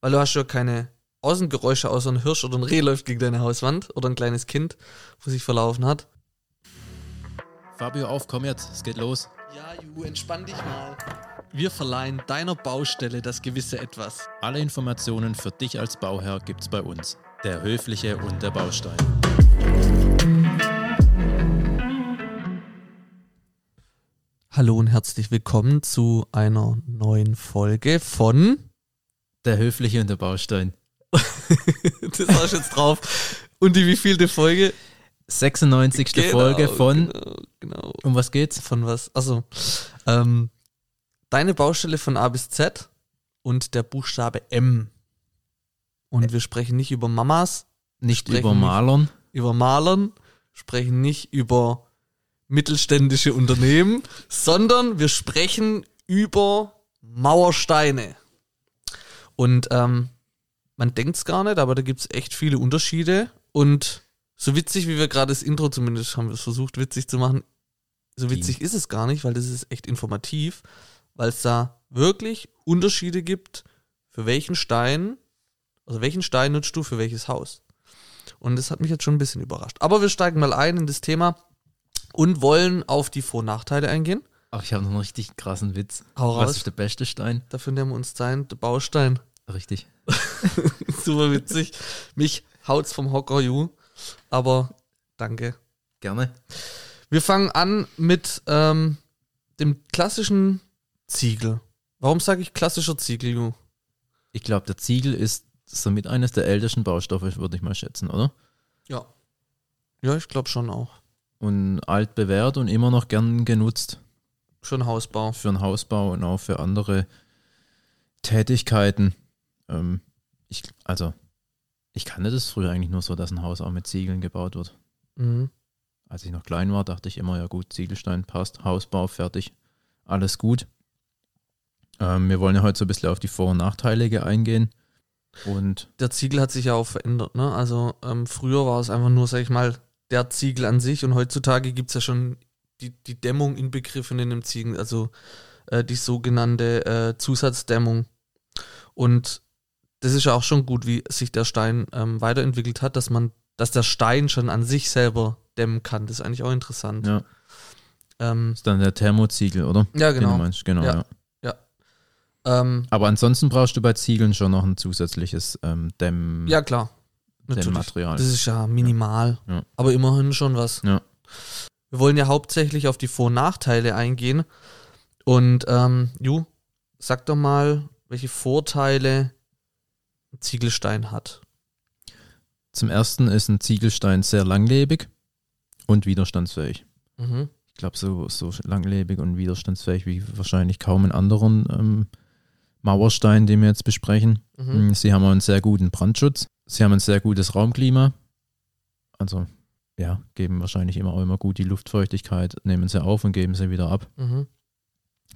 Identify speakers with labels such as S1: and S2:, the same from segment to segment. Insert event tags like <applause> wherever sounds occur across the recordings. S1: weil du hast ja keine Außengeräusche, außer ein Hirsch oder ein Reh läuft gegen deine Hauswand oder ein kleines Kind, wo sich verlaufen hat.
S2: Fabio, auf, komm jetzt, es geht los.
S1: Ja, Ju, entspann dich mal. Wir verleihen deiner Baustelle das gewisse Etwas.
S2: Alle Informationen für dich als Bauherr gibt's bei uns. Der Höfliche und der Baustein.
S1: Hallo und herzlich willkommen zu einer neuen Folge von. <laughs>
S2: Der Höfliche und der Baustein.
S1: das hast du jetzt drauf. Und die wievielte Folge?
S2: 96.
S1: Genau,
S2: Folge von.
S1: Genau, genau.
S2: Um was geht's?
S1: Von was? Also, ähm, deine Baustelle von A bis Z und der Buchstabe M. Und wir sprechen nicht über Mamas,
S2: Nicht
S1: Sprechen
S2: über
S1: nicht.
S2: Malern.
S1: über Malern, sprechen nicht über mittelständische Unternehmen, sondern wir sprechen über Mauersteine. Und ähm, man denkt es gar nicht, aber da gibt es echt viele Unterschiede. Und so witzig, wie wir gerade das Intro zumindest haben wir es versucht, witzig zu machen, so witzig ist es gar nicht, weil das ist echt informativ, weil es da wirklich Unterschiede gibt, für welchen Stein, also welchen Stein nutzt du für welches Haus. Und das hat mich jetzt schon ein bisschen überrascht. Aber wir steigen mal ein in das Thema und wollen auf die Vor- und Nachteile eingehen.
S2: Ach, ich habe noch einen richtig krassen Witz.
S1: Hau
S2: was
S1: raus.
S2: ist der beste Stein?
S1: Dafür nehmen wir uns Stein, der Baustein. <laughs>
S2: Richtig.
S1: Super witzig. Mich haut's vom Hocker, you. Aber danke.
S2: Gerne.
S1: Wir fangen an mit ähm, dem klassischen Ziegel. Warum sage ich klassischer Ziegel, you?
S2: Ich glaube, der Ziegel ist somit eines der ältesten Baustoffe, würde ich mal schätzen, oder?
S1: Ja. Ja, ich glaube schon auch.
S2: Und alt bewährt und immer noch gern genutzt.
S1: Schon Hausbau.
S2: für den Hausbau und auch für andere Tätigkeiten. Ähm, ich, also, ich kannte das früher eigentlich nur so, dass ein Haus auch mit Ziegeln gebaut wird.
S1: Mhm.
S2: Als ich noch klein war, dachte ich immer, ja gut, Ziegelstein passt, Hausbau fertig, alles gut. Ähm, wir wollen ja heute so ein bisschen auf die Vor- und Nachteile ge- eingehen. Und
S1: der Ziegel hat sich ja auch verändert. Ne? Also ähm, früher war es einfach nur, sag ich mal, der Ziegel an sich und heutzutage gibt es ja schon die, die Dämmung inbegriffen in dem Ziegel, also äh, die sogenannte äh, Zusatzdämmung. Und das ist ja auch schon gut, wie sich der Stein ähm, weiterentwickelt hat, dass man, dass der Stein schon an sich selber dämmen kann. Das ist eigentlich auch interessant.
S2: ja,
S1: Ähm,
S2: ist dann der Thermoziegel, oder?
S1: ja
S2: Den du
S1: genau.
S2: meinst, genau,
S1: Ja.
S2: ja.
S1: Ähm,
S2: Aber ansonsten brauchst du bei Ziegeln schon noch ein zusätzliches ähm, Dämm,
S1: ja klar. Natürlich.
S2: Dämmmaterial.
S1: Das ist ja minimal,
S2: Halt. Ja.
S1: aber immerhin schon was.
S2: Ja.
S1: Wir wollen ja hauptsächlich auf die Vor- und Nachteile eingehen. Und ähm, Ju, sag doch mal, welche Vorteile ein Ziegelstein hat.
S2: Zum ersten ist ein Ziegelstein sehr langlebig und widerstandsfähig.
S1: Mhm.
S2: Ich glaube, so, so langlebig und widerstandsfähig wie wahrscheinlich kaum einen anderen ähm, Mauerstein, den wir jetzt besprechen. Hm,
S1: Mhm.
S2: Sie haben auch einen sehr guten Brandschutz. Sie haben ein sehr gutes Raumklima. Also, ja, geben wahrscheinlich immer auch immer gut die Luftfeuchtigkeit, nehmen sie auf und geben sie wieder ab.
S1: Mhm.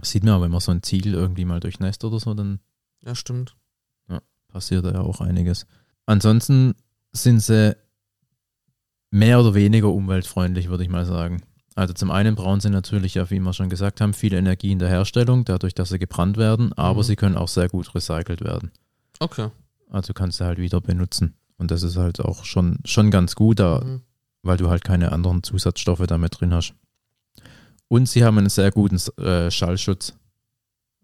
S2: Sieht man aber, wenn man so ein Ziegel irgendwie mal durchnässt oder so, dann
S1: Ja, stimmt.
S2: passiert da ja auch einiges. Ansonsten sind sie mehr oder weniger umweltfreundlich, würde ich mal sagen. Also zum einen brauchen sie natürlich ja, wie wir schon gesagt haben, viel Energie in der Herstellung, dadurch, dass sie gebrannt werden, aber
S1: Mhm.
S2: sie können auch sehr gut recycelt werden.
S1: Okay.
S2: Also kannst du halt wieder benutzen. Und das ist halt auch schon, schon ganz gut, da,
S1: Mhm.
S2: weil du halt keine anderen Zusatzstoffe damit drin hast. Und sie haben einen sehr guten äh, Schallschutz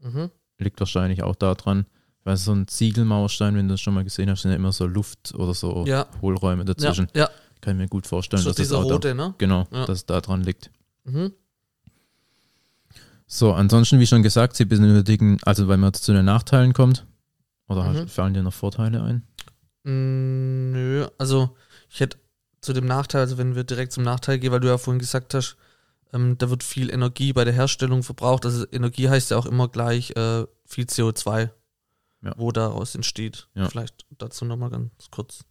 S1: Mhm.
S2: liegt wahrscheinlich auch daran, weil so ein Ziegelmauerstein, wenn du das schon mal gesehen hast, sind ja immer so Luft oder so
S1: Ja.
S2: Hohlräume
S1: Ja,
S2: Oh. dazwischen.
S1: ja.
S2: Kann ich mir gut vorstellen,
S1: Das
S2: dass
S1: ist
S2: das
S1: dieser
S2: auch da,
S1: rote, ne?
S2: genau,
S1: Ja.
S2: dass es daran liegt.
S1: Mhm.
S2: So, ansonsten, wie schon gesagt, sie benötigen, also wenn man jetzt zu den Nachteilen kommt, oder
S1: Mhm.
S2: halt, fallen dir noch Vorteile ein?
S1: Mm, Nö, also ich hätte zu dem Nachteil, also wenn wir direkt zum Nachteil gehen, weil du ja vorhin gesagt hast, ähm, da wird viel Energie bei der Herstellung verbraucht. Also Energie heißt ja auch immer gleich äh, viel CO2,
S2: Ja.
S1: wo daraus entsteht.
S2: Ja.
S1: Vielleicht dazu nochmal ganz kurz.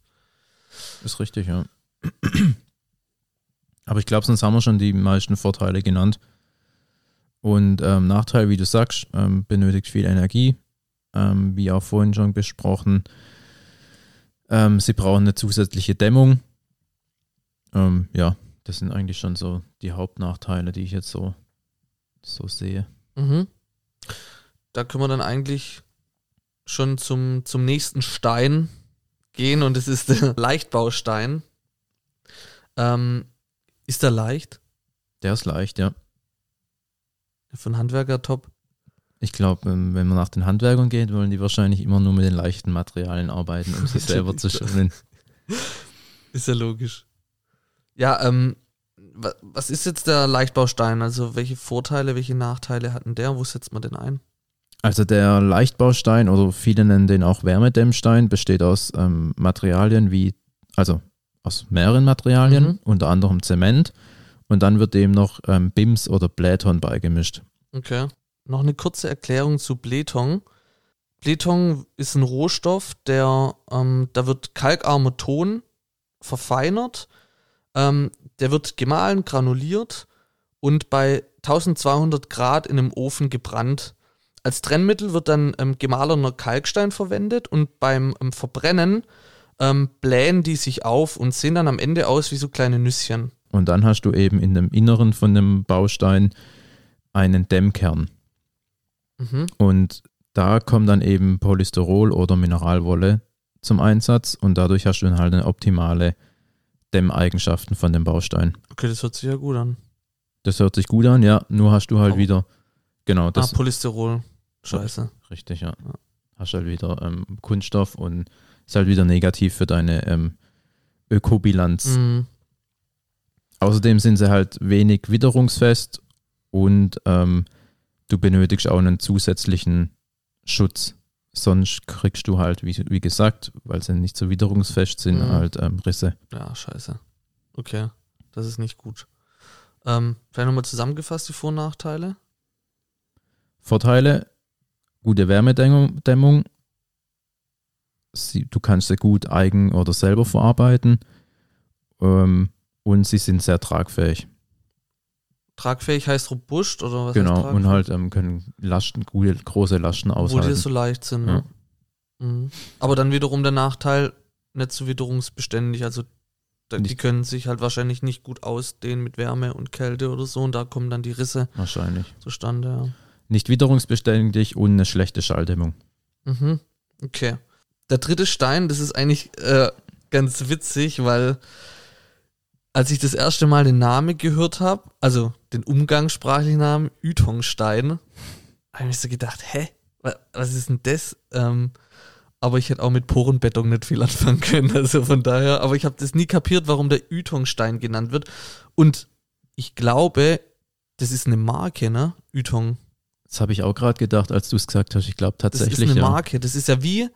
S2: Ist richtig, ja. Aber ich glaube, sonst haben wir schon die meisten Vorteile genannt. Und ähm, Nachteil, wie du sagst, ähm, benötigt viel Energie. Ähm, wie auch vorhin schon besprochen, ähm, sie brauchen eine zusätzliche Dämmung. Ähm, ja, das sind eigentlich schon so die Hauptnachteile, die ich jetzt so, so sehe.
S1: Mhm. Da können wir dann eigentlich schon zum, zum nächsten Stein gehen und es ist <laughs> der Leichtbaustein. Ähm, ist der leicht?
S2: Der ist leicht, ja.
S1: Von Handwerker top.
S2: Ich glaube, ähm, wenn man nach den Handwerkern geht, wollen die wahrscheinlich immer nur mit den leichten Materialien arbeiten, um sich selber zu schonen.
S1: Ist ja logisch. Ja, ähm, wa- was ist jetzt der Leichtbaustein? Also welche Vorteile, welche Nachteile hatten der? Wo setzt man den ein?
S2: Also der Leichtbaustein oder viele nennen den auch Wärmedämmstein, besteht aus ähm, Materialien wie, also aus mehreren Materialien,
S1: Mhm.
S2: unter anderem Zement. Und dann wird dem noch ähm, Bims oder Blähton beigemischt.
S1: Okay. Noch eine kurze Erklärung zu Bleton. Bleton ist ein Rohstoff, der, ähm, da wird kalkarmer Ton verfeinert. Ähm, der wird gemahlen, granuliert und bei 1200 Grad in einem Ofen gebrannt. Als Trennmittel wird dann ähm, gemahlener Kalkstein verwendet und beim ähm, Verbrennen ähm, blähen die sich auf und sehen dann am Ende aus wie so kleine Nüsschen.
S2: Und dann hast du eben in dem Inneren von dem Baustein einen Dämmkern.
S1: Mhm.
S2: Und da kommt dann eben Polystyrol oder Mineralwolle zum Einsatz und dadurch hast du dann halt eine optimale Dämmeigenschaften von dem Baustein.
S1: Okay, das hört sich ja gut an.
S2: Das hört sich gut an, ja, nur hast du halt
S1: Oh.
S2: wieder, genau,
S1: Ah,
S2: das
S1: Polystyrol. Scheiße.
S2: richtig, ja.
S1: Ja.
S2: Hast halt wieder ähm, Kunststoff und ist halt wieder negativ für deine ähm, Ökobilanz.
S1: Mhm.
S2: Außerdem sind sie halt wenig witterungsfest und ähm, du benötigst auch einen zusätzlichen Schutz. Sonst kriegst du halt, wie, wie gesagt, weil sie nicht so witterungsfest sind,
S1: Mhm.
S2: halt ähm, Risse.
S1: Ja, scheiße. Okay, das ist nicht gut. Ähm, vielleicht nochmal zusammengefasst die Vor- und Nachteile.
S2: Vorteile, gute Wärmedämmung, Dämmung. Sie, du kannst sie gut eigen oder selber verarbeiten ähm, und sie sind sehr tragfähig.
S1: Tragfähig heißt robust oder was heißt
S2: genau,
S1: tragfähig?
S2: und halt ähm, können Lasten, gute, große Lasten
S1: Wo die
S2: aushalten.
S1: so leicht sind. Ne? Mhm. Aber dann wiederum der Nachteil, nicht so witterungsbeständig. Also da, die
S2: Nicht-
S1: können sich halt wahrscheinlich nicht gut ausdehnen mit Wärme und Kälte oder so. Und da kommen dann die Risse
S2: Wahrscheinlich.
S1: zustande.
S2: nicht witterungsbeständig und eine schlechte Schalldämmung.
S1: Ja. Mhm. Okay. Der dritte Stein, das ist eigentlich äh, ganz witzig, weil als ich das erste Mal den Namen gehört habe, also den umgangssprachlichen Namen Ytongstein, habe ich mir so gedacht, hä, wa- was ist denn das? Ähm, aber ich hätte auch mit Porenbeton nicht viel anfangen können, <laughs> also von daher, aber ich habe das nie kapiert, warum der Ytongstein genannt wird. Und ich glaube, das ist eine Marke, ne? Ytong.
S2: Das habe ich auch gerade gedacht, als du es gesagt hast. Ich glaube
S1: Das ist
S2: tatsächlich,
S1: eine
S2: ja.
S1: Marke. Das ist ja wie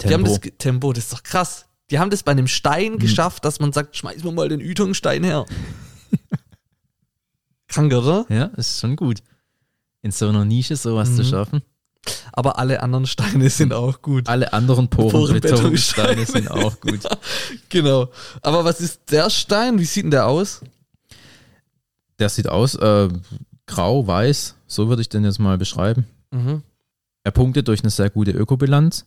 S1: Die haben
S2: Tempo. Hm.
S1: das ge- Tempo, das ist doch krass. Die haben das bei einem Stein geschafft, dass man sagt, schmeiß mir mal den Ytongstein her. <laughs> Krank, oder?
S2: ja, ist schon gut. In so einer Nische sowas
S1: Mhm.
S2: zu schaffen.
S1: Aber alle anderen Steine sind auch gut.
S2: Alle anderen Porenbetonsteine
S1: Porenbetonsteine. <laughs>
S2: sind auch gut.
S1: Genau. Aber was ist der Stein? Wie sieht denn der aus?
S2: Der sieht aus äh, grau, weiß, so würde ich den jetzt mal beschreiben.
S1: Mhm.
S2: Er punktet durch eine sehr gute Ökobilanz,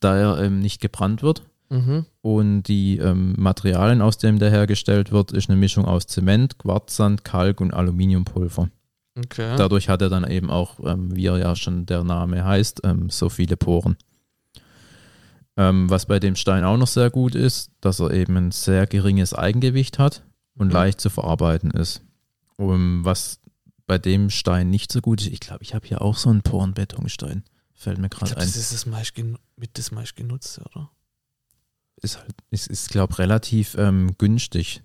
S2: da er ähm, nicht gebrannt wird.
S1: Mhm.
S2: Und die ähm, Materialien, aus denen der hergestellt wird, ist eine Mischung aus Zement, Quarzsand, Kalk und Aluminiumpulver.
S1: Okay.
S2: Dadurch hat er dann eben auch, ähm, wie er ja schon der Name heißt, ähm, so viele Poren. Ähm, was bei dem Stein auch noch sehr gut ist, dass er eben ein sehr geringes Eigengewicht hat und
S1: Mhm.
S2: leicht zu verarbeiten ist. Um, was bei dem Stein nicht so gut ist, ich glaube, ich habe hier auch so einen Porenbetonstein. Fällt mir
S1: ich
S2: gerade
S1: glaub,
S2: ein.
S1: das ist das meist gen- mit das meist genutzte, oder?
S2: Ist, halt, ist, ist glaube relativ ähm, günstig.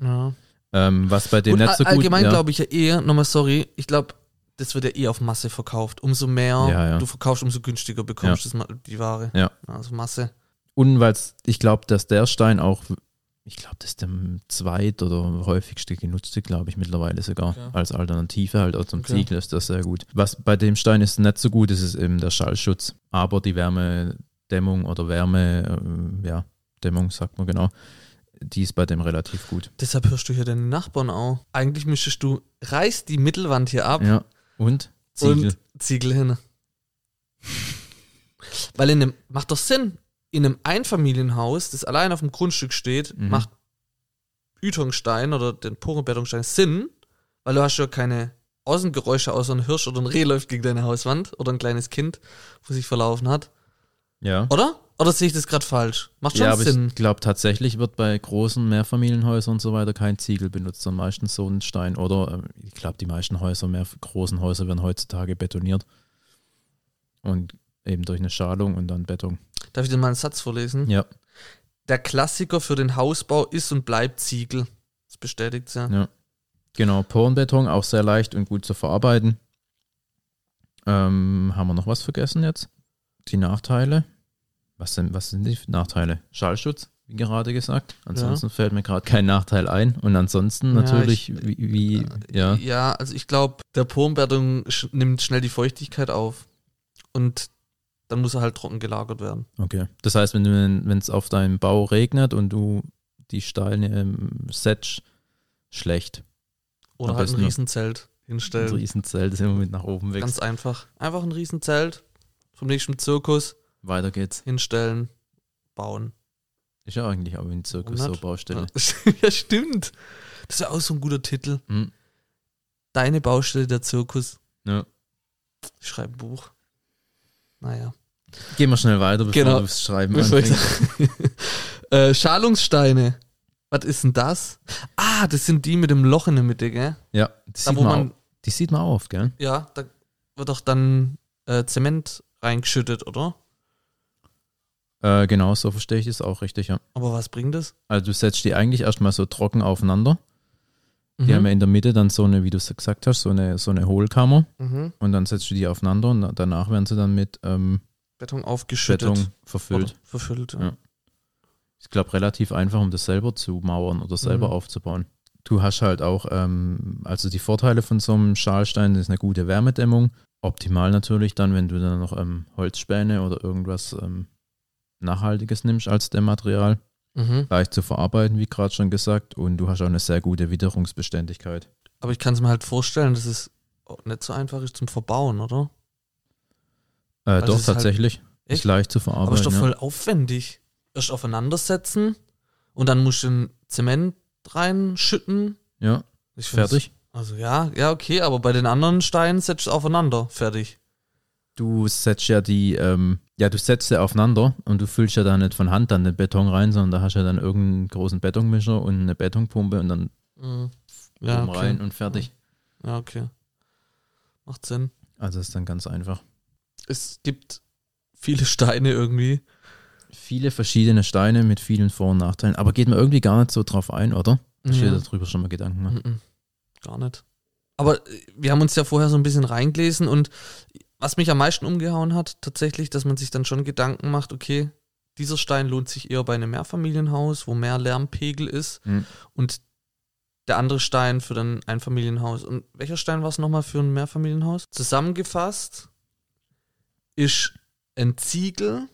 S1: Ja.
S2: Ähm, was bei dem
S1: Und
S2: nicht so
S1: all-
S2: gut
S1: allgemein
S2: ja.
S1: glaube ich ja eher, nochmal sorry, ich glaube, das wird ja eh auf Masse verkauft. Umso mehr
S2: Ja, ja.
S1: du verkaufst, umso günstiger bekommst du das Ma- die Ware.
S2: Ja.
S1: Also Masse.
S2: Und weil ich glaube, dass der Stein auch, ich glaube, das ist der zweit- oder häufigste genutzte, glaube ich, mittlerweile sogar
S1: Okay.
S2: als Alternative halt auch zum
S1: Okay.
S2: Ziegel ist das sehr gut. Was bei dem Stein ist nicht so gut, ist es eben der Schallschutz, aber die Wärmedämmung oder Wärme, ähm, ja, Dämmung sagt man genau, die ist bei dem relativ gut.
S1: Deshalb hörst du hier deine Nachbarn auch. Eigentlich müsstest du, reiß die Mittelwand hier ab
S2: Ja. Und Ziegel.
S1: und Ziegel hin. Weil in einem, macht doch Sinn, in einem Einfamilienhaus, das allein auf dem Grundstück steht,
S2: Mhm.
S1: macht Ytongstein oder den Porenbettungstein Sinn, weil du hast ja keine Außengeräusche, außer ein Hirsch oder ein Reh läuft gegen deine Hauswand oder ein kleines Kind, wo sich verlaufen hat.
S2: Ja.
S1: Oder? Oder sehe ich das gerade falsch? Macht schon
S2: ja, aber
S1: Sinn.
S2: ich glaube tatsächlich wird bei großen Mehrfamilienhäusern und so weiter kein Ziegel benutzt, sondern meistens so ein Stein. Oder ähm, ich glaube, die meisten Häuser, mehr großen Häuser werden heutzutage betoniert. Und eben durch eine Schalung und dann Beton.
S1: Darf ich dir mal einen Satz vorlesen?
S2: Ja.
S1: Der Klassiker für den Hausbau ist und bleibt Ziegel. Das bestätigt ja.
S2: Ja. Genau, Porenbeton, auch sehr leicht und gut zu verarbeiten. Ähm, haben wir noch was vergessen jetzt? Die Nachteile. Was sind, was sind die Nachteile? Schallschutz, wie gerade gesagt. Ansonsten fällt mir gerade kein Nachteil ein. Und ansonsten
S1: Ja,
S2: natürlich, wie, wie ja,
S1: Ja, also ich glaube, der Porenbeton sch nimmt schnell die Feuchtigkeit auf. Und dann muss er halt trocken gelagert werden.
S2: okay. Das heißt, wenn es auf deinem Bau regnet und du die Steine ähm, setzt, schlecht.
S1: Oder
S2: Am
S1: halt ein
S2: besten noch-
S1: Riesenzelt
S2: Das
S1: hinstellen.
S2: Riesenzelt ist immer mit nach oben wächst.
S1: Ganz einfach. Einfach ein Riesenzelt vom nächsten Zirkus
S2: Weiter geht's.
S1: hinstellen, bauen.
S2: Ist ja eigentlich auch im Zirkus so
S1: Hundert?
S2: Baustelle.
S1: Ja. <laughs> ja, stimmt. Das ist ja auch so ein guter Titel.
S2: Hm.
S1: Deine Baustelle, der Zirkus.
S2: Ja.
S1: Ich schreibe ein Buch. Naja.
S2: Gehen wir schnell weiter, bevor
S1: Genau.
S2: du das Schreiben
S1: Bevor ich-
S2: anfängst.
S1: <laughs> äh, Schalungssteine. Was ist denn das? Ah, das sind die mit dem Loch in der Mitte, gell?
S2: Ja, die
S1: Da,
S2: sieht,
S1: wo
S2: man
S1: man,
S2: auf, die sieht man auf, gell?
S1: ja, da wird doch dann äh, Zement reingeschüttet, oder?
S2: Äh, genau, so verstehe ich das auch richtig, ja.
S1: Aber was bringt das?
S2: Also du setzt die eigentlich erstmal so trocken aufeinander.
S1: Mhm.
S2: Die haben ja in der Mitte dann so eine, wie du es gesagt hast, so eine, so eine Hohlkammer.
S1: mhm.
S2: Und dann setzt du die aufeinander und na- danach werden sie dann mit ähm,
S1: Beton aufgeschüttet.
S2: Beton verfüllt.
S1: Oder Verfüllt, ja.
S2: Ja. Ich glaube, relativ einfach, um das selber zu mauern oder selber
S1: Mhm.
S2: aufzubauen. Du hast halt auch, ähm, also die Vorteile von so einem Schalstein ist eine gute Wärmedämmung. Optimal natürlich dann, wenn du dann noch ähm, Holzspäne oder irgendwas ähm, Nachhaltiges nimmst als Dämmmaterial.
S1: Mhm.
S2: Leicht zu verarbeiten, wie gerade schon gesagt. Und du hast auch eine sehr gute Witterungsbeständigkeit.
S1: Aber ich kann es mir halt vorstellen, dass es auch nicht so einfach ist zum Verbauen, oder?
S2: Äh,
S1: Also
S2: doch,
S1: ist halt-
S2: tatsächlich. ist
S1: Echt?
S2: leicht zu
S1: Aber,
S2: verarbeiten.
S1: ist doch
S2: ja.
S1: voll aufwendig. Erst aufeinandersetzen und dann musst du den Zement reinschütten.
S2: ja,
S1: Ich find's-
S2: fertig.
S1: Also ja, ja, okay, aber bei den anderen Steinen setzt du es aufeinander. Fertig.
S2: Du setzt ja die, ähm, ja, du setzt sie aufeinander und du füllst ja da nicht von Hand dann den Beton rein, sondern da hast ja dann irgendeinen großen Betonmischer und eine Betonpumpe und dann
S1: Ja,
S2: Mhm. oben
S1: okay.
S2: rein und fertig.
S1: Ja, okay. Macht Sinn.
S2: Also ist dann ganz einfach.
S1: Es gibt viele Steine irgendwie.
S2: Viele verschiedene Steine mit vielen Vor- und Nachteilen, aber geht man irgendwie gar nicht so drauf ein, oder? Ich
S1: Ja.
S2: dir darüber schon mal Gedanken machen.
S1: Mhm. Gar nicht. Aber äh, wir haben uns ja vorher so ein bisschen reingelesen und was mich am meisten umgehauen hat, tatsächlich, dass man sich dann schon Gedanken macht, okay, dieser Stein lohnt sich eher bei einem Mehrfamilienhaus, wo mehr Lärmpegel ist
S2: Mhm.
S1: und der andere Stein für dann ein Familienhaus. Und welcher Stein war es nochmal für ein Mehrfamilienhaus? Zusammengefasst ist ein Ziegel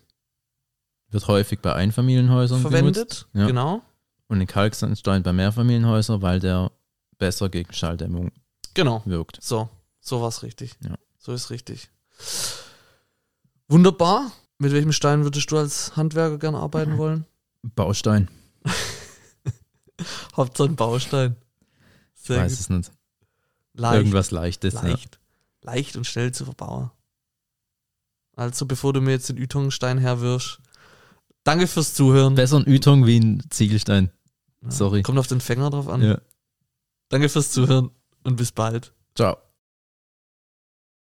S2: Wird häufig bei Einfamilienhäusern Verwendet. genutzt
S1: verwendet,
S2: Ja.
S1: genau.
S2: und ein Kalksandstein bei Mehrfamilienhäusern, weil der besser gegen Schalldämmung
S1: Genau.
S2: wirkt.
S1: So, so war's richtig.
S2: Ja.
S1: So ist richtig. Wunderbar. Mit welchem Stein würdest du als Handwerker gern
S2: <laughs>
S1: arbeiten wollen?
S2: Baustein,
S1: Hauptsache ein Baustein.
S2: ich
S1: Sehr
S2: weiß
S1: gut.
S2: es nicht.
S1: Leicht,
S2: Irgendwas Leichtes. ja.
S1: leicht, leicht und schnell zu verbauen. Also, bevor du mir jetzt den Ytongstein herwirfst, danke fürs Zuhören.
S2: Besser ein Ytong wie ein Ziegelstein.
S1: Ja,
S2: sorry.
S1: Kommt auf den Fänger drauf an.
S2: Ja.
S1: Danke fürs Zuhören und bis bald.
S2: Ciao.